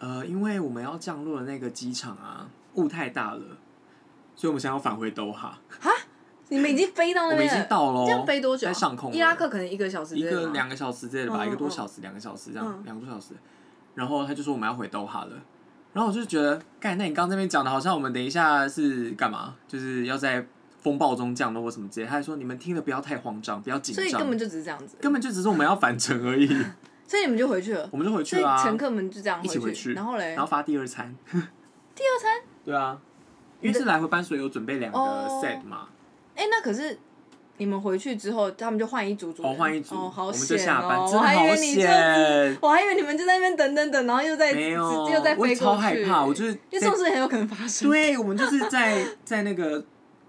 呃，因为我们要降落的那个机场啊，雾太大了，所以我们想要返回都哈。
你们已经飞到
我
那
们已
边
经
了，
到哦喽，
这样飞多久啊？
在上空了，
伊拉克可能一个小时
一
之类
个
吗
两个小时之类的吧，
嗯
一个多
嗯
小时、两个小时这样，
嗯
两个多小时。然后他就说我们要回都哈了，然后我就觉得，干，那你刚刚那边讲的好像我们等一下是干嘛？就是要在风暴中降落或什么之类。他还说你们听了不要太慌张，不要紧
所以
张，
根本就只是这样子，
根本就只是我们要返程 而已，
所以你们就回去了，
我们就回
所
去
以
啦、
乘客们就这样
一起回去
去，然后嘞
然，后发第二餐，第二餐，对啊，因为是来回班，所以有准备两个
哦
set 嘛，
哎，那可是你们回去之后，他们就换一组组
哦
人，
换一组，
哦，好
我们就
险
下班，
哦，
真
我
的
还以
好
为你就。
险。
我还以为你们就在那边等等等，然后又在
没有，
又在飞过
我
去，
超害怕，我就是
因为这
在
种事很有可能发 生。
对，我们就是在在那个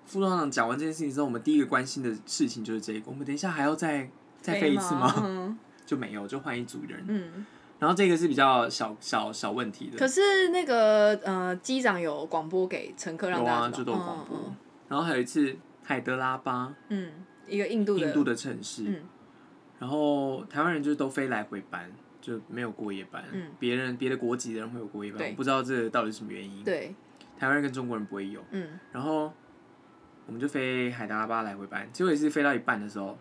副团长讲完这件事情之后，我们第一个关心的事情就是这个。我们等一下还要再再飞一次
吗？
吗？
嗯
就没有，就换一组人。
嗯，
然后这个是比较小小小问题
可
的，
是那个呃，机长有广播给乘客让
有
大
啊，
家
就
知
都
道，
有广播
嗯。
然后还有一次海德拉巴，
嗯，嗯一个印度的，
印度的城市，
嗯
然后台湾人就是都飞来回班，就没有过夜班。
嗯
别人别的国籍的人会有过夜班，
对
我不知道这到底是什么原因。
对，
台湾人跟中国人不会有。
嗯，
然后我们就飞海达拉巴来回班，结果也是飞到一半的时候，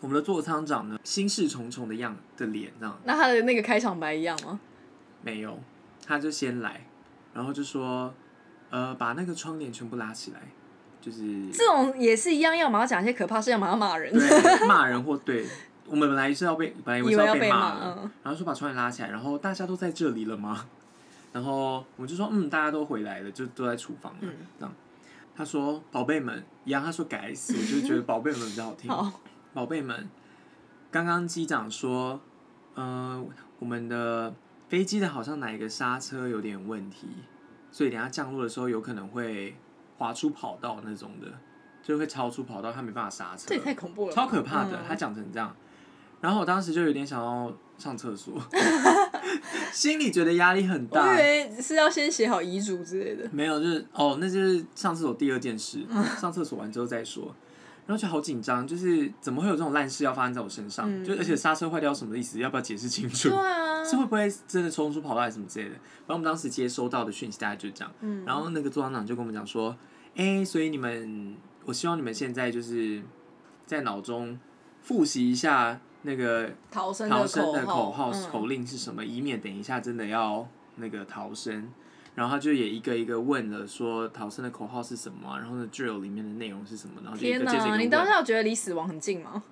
我们的座舱长呢心事重重的样的脸这样
那他的那个开场白一样吗？
没有，他就先来，然后就说，呃，把那个窗帘全部拉起来，就是
这种也是一样，要么要讲一些可怕事，要么要骂人。
对骂人或对。我们本来是要被，本来以为
以
是
为
要
要被
骂
骂
的，
嗯
然后说把窗帘拉起来，然后大家都在这里了吗？然后我就说，嗯，大家都回来了，就都在厨房了，
嗯
这样。他说：“宝贝们，一样。”他说：“改死。”我就觉得“宝贝们”比较好 听。
好，
宝贝们，刚刚机长说，嗯、我们的飞机的好像哪一个刹车有点问题，所以等一下降落的时候有可能会滑出跑道那种的，就会超出跑道，他没办法刹车
这也，太恐怖了吧，
超可怕的。
嗯
他讲成这样，然后我当时就有点想要上 厕所，心里觉得压力很
我
大。
以为是要先写好遗嘱之类的。
没有，就是哦，那就是上厕所第二件事，
嗯
上厕所完之后再说。然后就好紧张，就是怎么会有这种烂事要发生在我身上？
嗯
就而且刹车坏掉什么意思？要不要解释清楚
对？啊，
是会不会真的冲出跑道还是什么之类的？反正我们当时接收到的讯息大概就是这样。
嗯
然后那个座舱长就跟我们讲说：“哎、所以你们，我希望你们现在就是在脑中复习一下那个
逃生
逃
的
生的口
号，
号、
嗯
口令是什么，以免等一下真的要那个逃生。然后他就也一个一个问了，说逃生的口号是什么啊，然后呢 drill 里面的内容是什么，然后就一
天
个接着一
你
个
当
问。
下有觉得离死亡很近吗？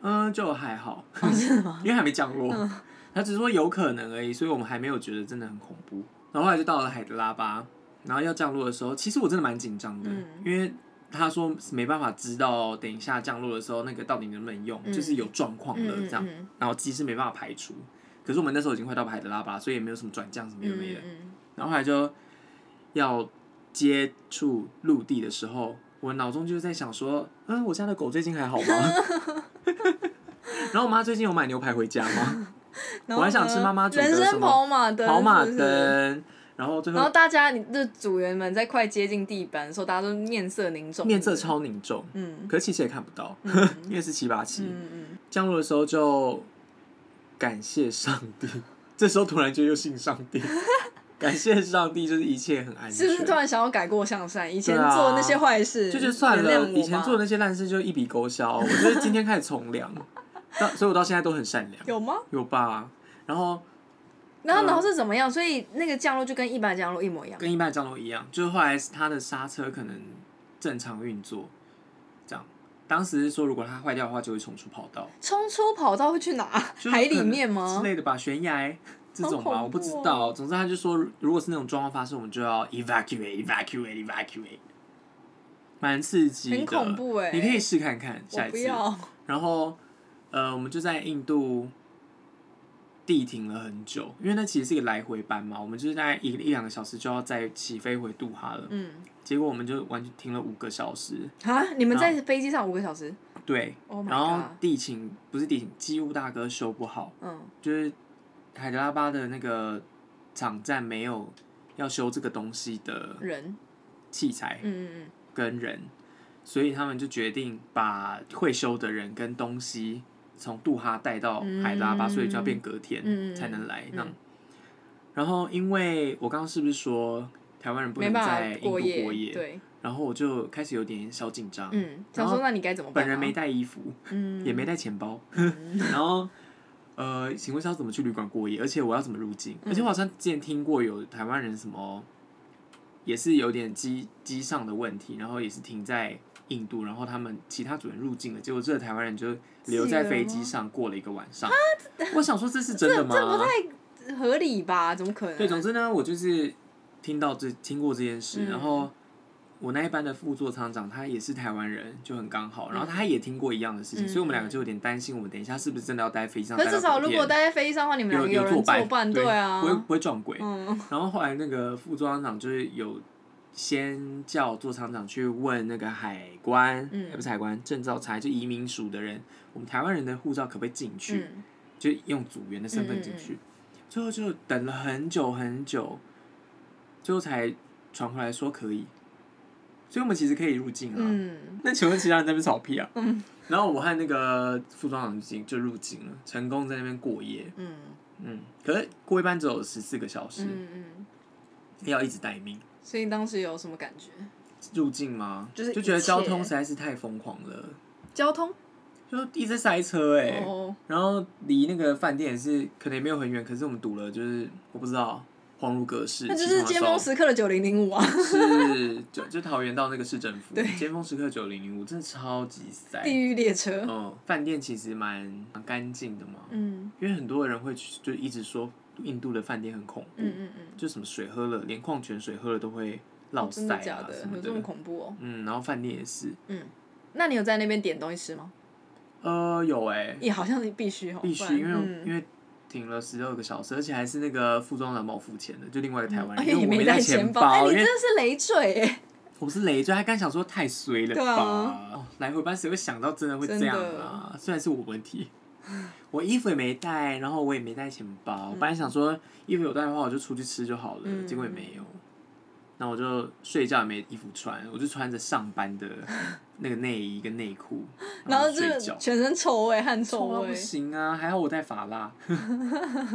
嗯，就还好，
哦
因为还没降落，
嗯
他只是说有可能而已，所以我们还没有觉得真的很恐怖。然后后来就到了海德拉巴，然后要降落的时候，其实我真的蛮紧张的，
嗯
因为他说没办法知道等一下降落的时候那个到底能不能用，
嗯
就是有状况了
嗯
这样。
嗯
然后机是没办法排除。可是我们那时候已经快到海德拉巴，所以也没有什么转降什么有
嗯
没的
嗯。嗯，
然后后来就要接触陆地的时候，我脑中就在想说，嗯，我家的狗最近还好吗？ 然后我妈最近有买牛排回家 吗？
嗯然后
我还想吃
呢
妈妈煮的
人
什
生
么
跑马灯，
跑马
是不是
灯，然后最
然
后
后大家，你的组员们在快接近地板的时候，大家都面色凝重，
面色，超凝重，
嗯
可是其实也看不到， 因为是七八七。
嗯嗯，
降落的时候就感谢上帝，这时候突然就又信上帝，感谢上帝，就是一切很安
是
全。
不是突然想要改过向善？以前
对啊
做那些坏事，
就觉得算
原谅
了，
我吧
以前做的那些烂事就一笔勾销，我觉得今天开始从良。到所以我到现在都很善良，
有吗？
有吧？然后
然后
嗯
然后是怎么样？所以那个降落就跟一般的降落一模一样。
跟一般的降落一样，就是后来它的刹车可能正常运作，这样。当时是说，如果它坏掉的话，就会冲出跑道，
冲出跑道会去哪？
就是
海
可
里
能
面吗
之？类的吧，悬崖这
好恐
种吧，
怖哦
我不知道。总之，他就说，如果是那种状况发生，我们就要 evacuate evacuate evacuate，蛮刺激的，
很恐怖欸
你可以试看看
我
下一
不
次。
要。
然后呃，我们就在印度地停了很久，因为那其实是一个来回班嘛，我们就是大概一一两个小时就要再起飞回杜哈了。
嗯，
结果我们就完全停了五个小时，
啊！你们在飞机上五个小时
对。
？Oh
然后
my god！
地勤不是地勤，机务大哥修不好，
嗯，
就是海德拉巴的那个场站没有要修这个东西的
人，
器材
嗯嗯
跟人，所以他们就决定把会修的人跟东西从杜哈带到海德拉巴，
嗯
所以就要变隔天
嗯
才能来
嗯
那样。然后因为我刚刚是不是说台湾
嗯，
人不
没
能在
办法
英国
夜，
过夜？
对，
然后我就开始有点小紧张，
嗯，
然
想
后
说那你该怎么办啊？
本人没带衣服。
嗯，
也没带钱 包，然后呃，请问是要怎么去旅馆过夜？而且我要怎么入境？而且我好像之前听过有台湾人什么，也是有点机机上的问题，然后也是停在印度，然后他们其他主人入境了，结果这个台湾人就留在飞机上过了一个晚上。我想说这是哦啊真的吗？
合理吧？怎么可能？
对，总之呢，我就是听到这听过这件事，
嗯
然后我那一班的副座舱长他也是台湾人，就很刚好，然后他也听过一样的事情，
嗯
所以我们两个就有点担心，我们等一下是不是真的要待飞机上
可
待
是
到
至
隔天？
少如果待在飞机上的话，你们两
有
个有人
作
作
伴，
伴，
对
啊
不。会不会撞鬼。
嗯，
然后后来那个副座舱长就是有先叫座舱长去问那个海关，
嗯
也不是海关，证照查就移民署的人，我们台湾人的护照可不可以进去？
嗯
就用组员的身份进去，最后就等了很久很久，最后才传回来说可以，所以我们其实可以入境啊。
嗯，
那请问其他人在那边吵屁啊？然后我和那个副装长进就入境了，成功在那边过夜。
嗯
嗯，可是过夜班只有十四个小时，
嗯嗯，
要一直待命。
所以当时有什么感觉？
入境吗？
就是
就觉得
一切
交通实在是太疯狂了，
交通
就一直在塞车哎、
哦，
然后离那个饭店也是可能也没有很远，可是我们堵了，就是我不知道，恍如隔世。
那就是
起
尖
床
峰
的时
时刻的九零零五啊，
候是就 就桃园到那个市政府，
对
尖峰时刻九零零五，真的超级
地
塞。
狱列车。
嗯，饭店其实蛮蛮干净的嘛，
嗯
因为很多人会去就一直说印度的饭店很恐怖，
嗯嗯嗯，
就什么水喝了，连矿泉水喝了都会落
哦真
塞
的假
啊
的
什？么
有这么恐怖哦？
嗯，然后饭店也是，
嗯，那你有在那边点东西吃吗？
呃，有哎、
也好像你必须哦，
必
不然
须，因为、
嗯
因为停了十六个小时，而且还是那个服装男帮我付钱的，就另外一个台湾
哎
人，
你
因为我
没
带
带
钱
包，哎，你
因
真
为嗯
的是累赘哎，
我是累赘，他刚想说太衰了
对
吧，
啊
哦来回班谁会想到真的会这
真
样
的
啊？虽然是我问题，我衣服也没带，然后我也没带钱包，本来想说衣服有带的话我就出去吃就好了，
嗯
结果也没有。那我就睡觉也没衣服穿，我就穿着上班的那个内衣跟内 裤，
然后就
睡
是
觉。
全身臭味、汗臭
臭到
味
不，行啊！还好我带法拉，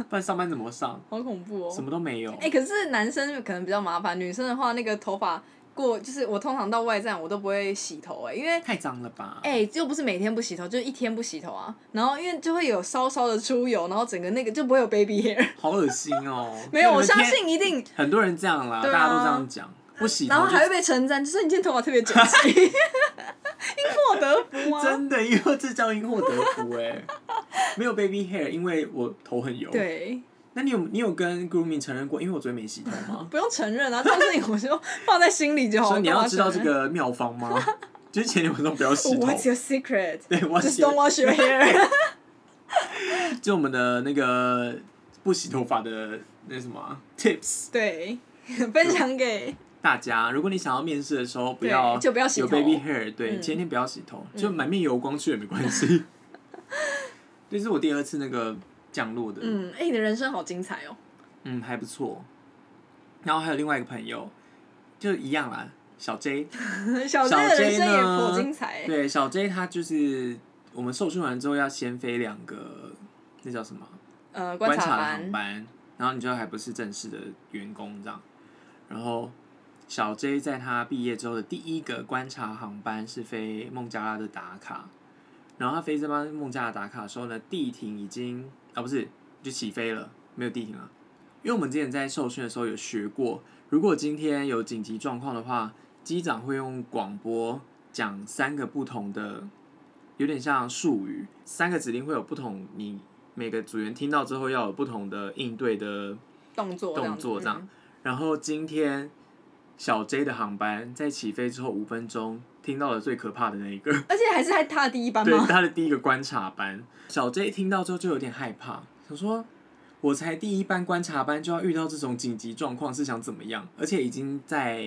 不然上班怎么上？
好恐怖
什
哦。
么都没有。
哎，可是男生可能比较麻烦，女生的话，那个头发过，就是我通常到外站我都不会洗头哎，因为。
太脏了吧？
哎、又不是每天不洗头，就一天不洗头啊。然后因为就会有稍稍的出油，然后整个那个就不会有 baby hair。
好恶心哦！
没有，
那你
我
们天
相信一定。
很多人这样啦，
对啊
大家都这样讲，不洗
然后
头
还会
就
被称赞，就是你今天头发特别整齐， 因祸得福啊。
真的，因为这叫因祸得福哎。 没有 baby hair，因为我头很油。，
对，
那你有你有跟 grooming 承认过，因为我昨天没洗头吗？
不用承认啊，这种事情我就放在心里就好。
所以你要知道
我
这
干嘛
个妙方吗？ 就是前天晚上不要洗
承认。
头。
What's your secret?
对，我
Just
洗。
don't wash your hair.
就我们的那个不洗头发的那什么啊 tips。
对，分享给
大家，如果你想要面试的时候，不
对
要
就不要洗
有
头
baby hair，对，
嗯
前一天不要洗头，就满面油光去也没关系。 这是我第二次那个降落的，嗯
嗯，哎、你的人生好精彩哦。
还不错。然后还有另外一个朋友，就一样啦，小 J，
小 J
小
的
J
人生也
呢
颇精彩、欸。
对，小 J 他就是我们受训完之后要先飞两个，那叫什么？
呃，
观
观察
的
班
航，班，然后你就还不是正式的员工这样。然后小 J 在他毕业之后的第一个观察航班是飞孟加拉的达卡，然后他飞这班孟加拉打卡的时候呢，地停已经啊不是就起飞了，没有地停了。因为我们之前在受训的时候有学过，如果今天有紧急状况的话，机长会用广播讲三个不同的，有点像术语，三个指令会有不同，你每个组员听到之后要有不同的应对的
动作这样
动
子
作这样
嗯。
然后今天小 J 的航班在起飞之后五分钟，听到了最可怕的那一个，
而且还是在他的第一班
对
吗？
他的第一个观察班。小 J 听到之后就有点害怕，想说：“我才第一班观察班就要遇到这种紧急状况，是想怎么样？而且已经在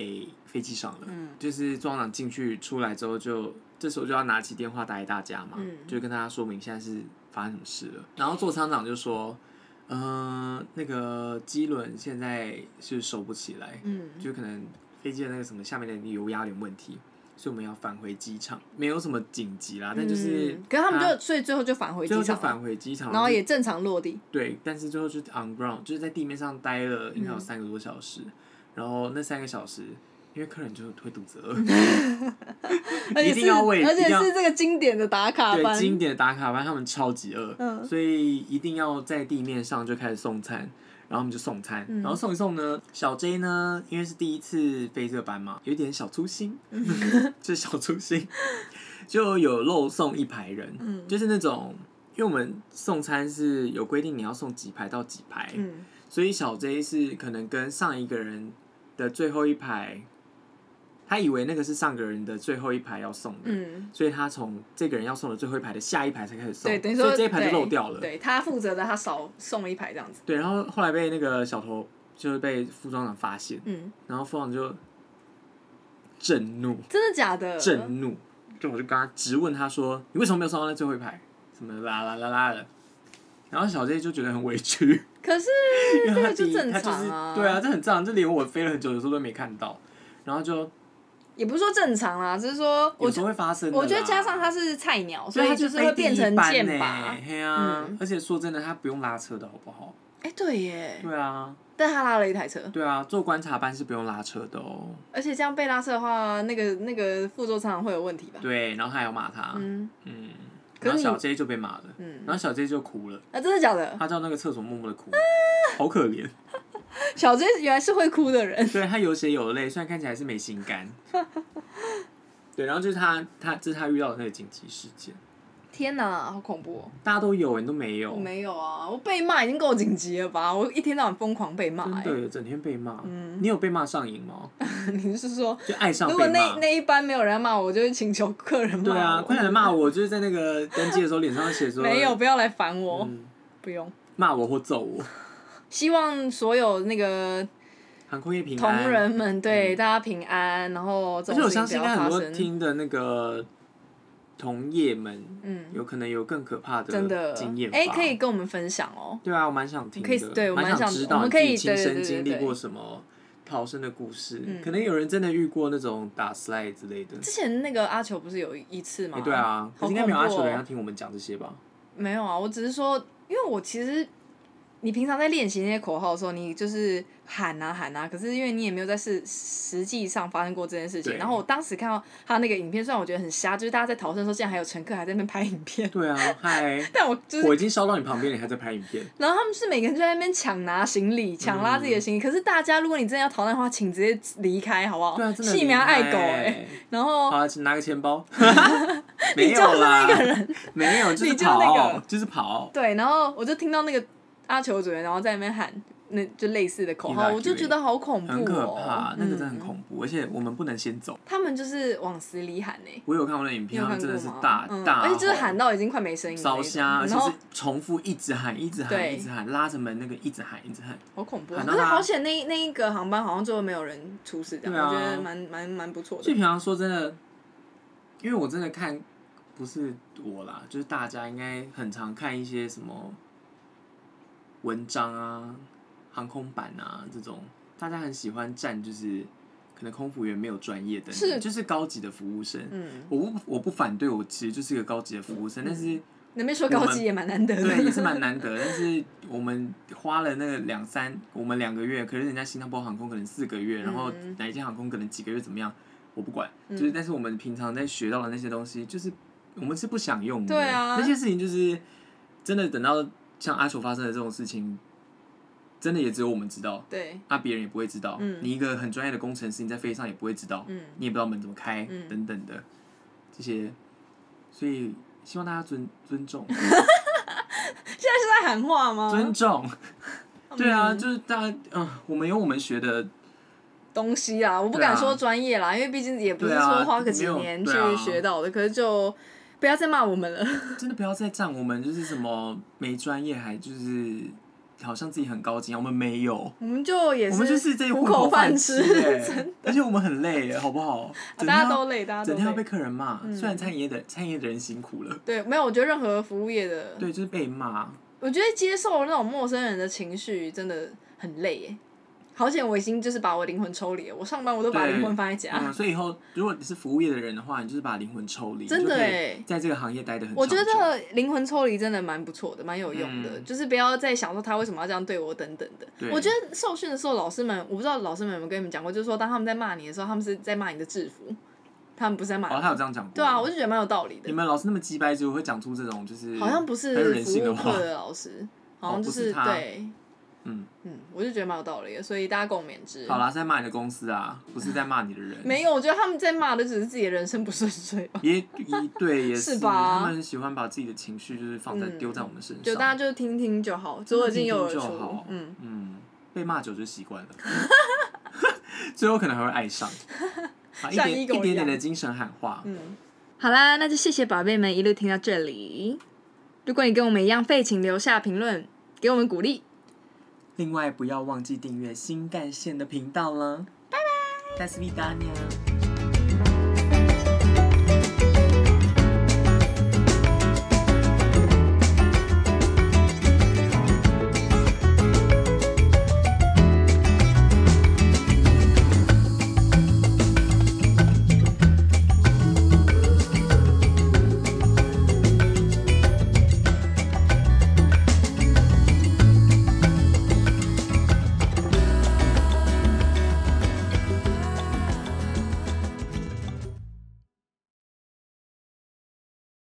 飞机上了。”
嗯，
就是庄长进去出来之后就，这时候就要拿起电话打给大家嘛，
嗯
就跟大家说明现在是发生什么事了。然后座舱长就说：“嗯、那个机轮现在是收不起来，
嗯，
就可能飞机的那个什么下面的油压有点问题，所以我们要返回机场，没有什么紧急啦，但就是、
嗯可是他们就所以最后就返回机
最后就
场了，
返回机场，
然后
就
也正常落地。
对，但是最后就是 on ground，就是在地面上待了应该
嗯
有三个多小时，然后那三个小时。因为客人就会肚子饿，
而且
一
是
定要喂，
而
一
且
定要
是这个经典的打卡班
对，经典的打卡班，他们超级饿，
嗯
所以一定要在地面上就开始送餐，然后我们就送餐，
嗯
然后送一送呢，小 J 呢，因为是第一次飞这班嘛，有一点小粗 心，就是小粗心， 就有漏送一排人，
嗯
就是那种。因为我们送餐是有规定，你要送几排到几排，
嗯，
所以小 J 是可能跟上一个人的最后一排，他以为那个是上个人的最后一排要送的，
嗯，
所以他从这个人要送的最后一排的下一排才开始送，
对，等于
所
说
以这一排就漏掉了。
对，对他负责的，他少送了一排这样子。
对然后后来被那个小偷就是被副庄长发现，
嗯，
然后副庄长就震怒，
真的假的？
震怒，就我就跟他直问他说：“你为什么没有送到那最后一排？什么啦啦啦啦的。”然后小 J 就觉得很委屈，
可是
因为他
这个就
第一
正
他就
常
是
啊
对啊，这很正常，这连我飞了很久的时候都没看到，然后就
也不是说正常啦，只是说我
有时
觉
候会发生的啦。
我觉得加上他是菜鸟，所
对
以
他
就是
飞
会
第
变
一
成
班
剑
呢
拔。
嘿啊
嗯！
而且说真的，他不用拉车的好不好？
哎，对耶，
对啊，
但他拉了一台车，
对啊，做观察班是不用拉车的哦。
而且这样被拉车的话，那个那个副座常常会有问题吧？
对，然后他还要骂他，嗯
嗯可
然后
是
小
你
J 就被骂了，
嗯啊
然后小 J 就哭了，
啊，真的假的？
他到那个厕所默默的哭，好可怜。
小 J 原来是会哭的人。
对他有血有泪，虽然看起来是没心 肝。对，然后就是他，他这是他遇到的那个紧急事件，
天哪，好恐怖、哦！
大家都有，欸你都没有
我，没有啊，我被骂已经够紧急了吧？我一天到晚疯狂被骂、
真
哎，
的整天被骂。你有被骂上瘾吗？
你是说，
就爱上
嗯如
被
果
骂。
那那一班没有人骂我，我就会请求客人骂
对啊，
我
快点骂我！就是在那个登记的时候，脸上写说
没有，不要来烦我，
嗯
不用。
骂我或揍我。
希望所有那个
航空业平
同
安。
仁们，对、大家平安，然后这种
而且我
事情不
相信，应
要
该很
发
多
生。
听的那个同业们，
嗯，
有可能有更可怕
真的，
经验吧。
哎、可以跟我们分享哦。
对啊，我蛮想听
可以
的，
对我蛮
蛮
想
知
我
道
们
你
可
自
以
己亲
对对
身
对
经历
对
过什么逃生的故事
嗯。
可能有人真的遇过那种打 slide 之类的。
之前那个阿球不是有一次吗？
哎，对啊，
好
可是应该没有
恐
阿
怖
球的
哦
人要听我们讲这些吧？
没有啊，我只是说，因为我其实你平常在练习那些口号的时候，你就是喊啊喊啊，可是因为你也没有在实实际上发生过这件事情。
对
然后我当时看到他那个影片，虽然我觉得很瞎，就是大家在逃生的时候，竟然还有乘客还在那边拍影片，
对啊，嗨，
但我就是。
我已经烧到你旁边，你还在拍影片。
然后他们是每个人就在那边抢拿行李，抢拉自
嗯
己的行李。可是大家，如果你真的要逃难的话，请直接离开，好不好？
对啊，真的
细
很厉
苗
害
爱狗哎、
欸。
然后
好啊，请拿个 钱包。没
就是
有啦，
那个人
没有，就是
你就是那
跑
个，
就是跑。
对，然后我就听到那个阿球主人，然后在那边喊，那就类似的口号，
Evacuate
我就觉得好恐怖、哦，
很可怕，那个真的
嗯。
很恐怖，而且我们不能先走。
他们就是往死里喊呢、
我有看过那影
你有
片，他
看
们
过
真
吗？
的是大
嗯
大吼，
而且就是喊到已经快没声音了那
烧
种，
瞎，而且
然后
是重复一直喊，一直喊，
对
一直喊，拉着门那个一直喊，一直喊。
好恐怖、啊。
喊
可
到
是
他
好险那一那一个航班好像最后没有人出事，这样、
对啊
我觉得蛮蛮蛮不错
所
的。
以平常说真的，因为我真的看，不是我啦，就是大家应该很常看一些什么文章啊、航空版啊这种，大家很喜欢站就是可能空服员没有专业等等，
是
就是高级的服务生。
嗯，
我不我不反对，我其实就是一个高级的服务生，但是
能被说高级也蛮难 得
对也
的。
是蛮难得。但是我们花了那个两三，我们两个月，可是人家新加坡航空可能四个月，然后
嗯
哪一间航空可能几个月怎么样，我不管。
嗯
就是但是我们平常在学到的那些东西，就是我们是不想用的。
对啊
那些事情就是真的等到像阿球发生的这种事情，真的也只有我们知道，
对，
那、别人也不会知道。
嗯
你一个很专业的工程师，你在飞机上也不会知道，
嗯，
你也不知道门怎么开、
嗯
等等的这些，所以希望大家尊 尊重
现在是在喊话吗？
尊 重。对啊，
啊嗯
就是大家，嗯，我们有我们学的
东西啦，我不敢
对啊
说专业啦，因为毕竟也不是
对啊
说花个几
没有
年去
对啊
学到的，可是就不要再骂我们了。
真的不要再占我们就是什么没专业，还就是好像自己很高级一样，我们没有，
我们就也
我们就是这一
糊
口
口
饭
吃， 啊
哎，而且我们很累耶，好不好？整天
大
要
家都累，大家
整天
都
要被
累。
客人骂，
嗯
虽然餐饮业的餐饮业的人辛苦了，
对，没有，我觉得任何服务业的，
对，就是被骂，
我觉得接受那种陌生人的情绪真的很累耶。好险，我已经就是把我灵魂抽离了，我上班我都把
对
灵魂放在家
嗯，。所以以后如果你是服务业的人的话，你就是把灵魂抽离，
真的
你就可以
哎
在这个行业待的很长久，
我觉得灵魂抽离真的蛮不错的，蛮有用的，
嗯
就是不要再想说他为什么要这样对我等等的。
对
我觉得受训的时候，老师们我不知道老师们有没有跟你们讲过，就是说当他们在骂你的时候，他们是在骂你的制服，他们不是在骂
哦，
你。
他有这样讲过，
对啊，我就觉得蛮有道理的
你。们老师那么鸡掰，就会讲出这种就是
好像不是
很有人
服
性的
务
话
课，的老 师，好像就
不是他
对，
嗯，
嗯，我就觉得蛮有道理的，所以大家共勉之。
好啦，是在骂你的公司啊，不是在骂你的人，
没有，我觉得他们在骂的只是自己的人生不顺遂吧。
也一对 也
是吧
他们很喜欢把自己的情绪就是放在
嗯
丢在我们身上，
就大家就听听就好，左耳进右耳
听
出
听就好，
嗯，
嗯，被骂久就习惯了， 最后可能还会爱上，啊，一
像
点
一狗一
点点
样
的精神喊话，
嗯，好啦，那就谢谢宝贝们一路听到这里。如果你跟我们一样废，请留下评论，给我们鼓励。
另外不要忘记订阅新干线的频道了，拜拜，大斯维达尼亚。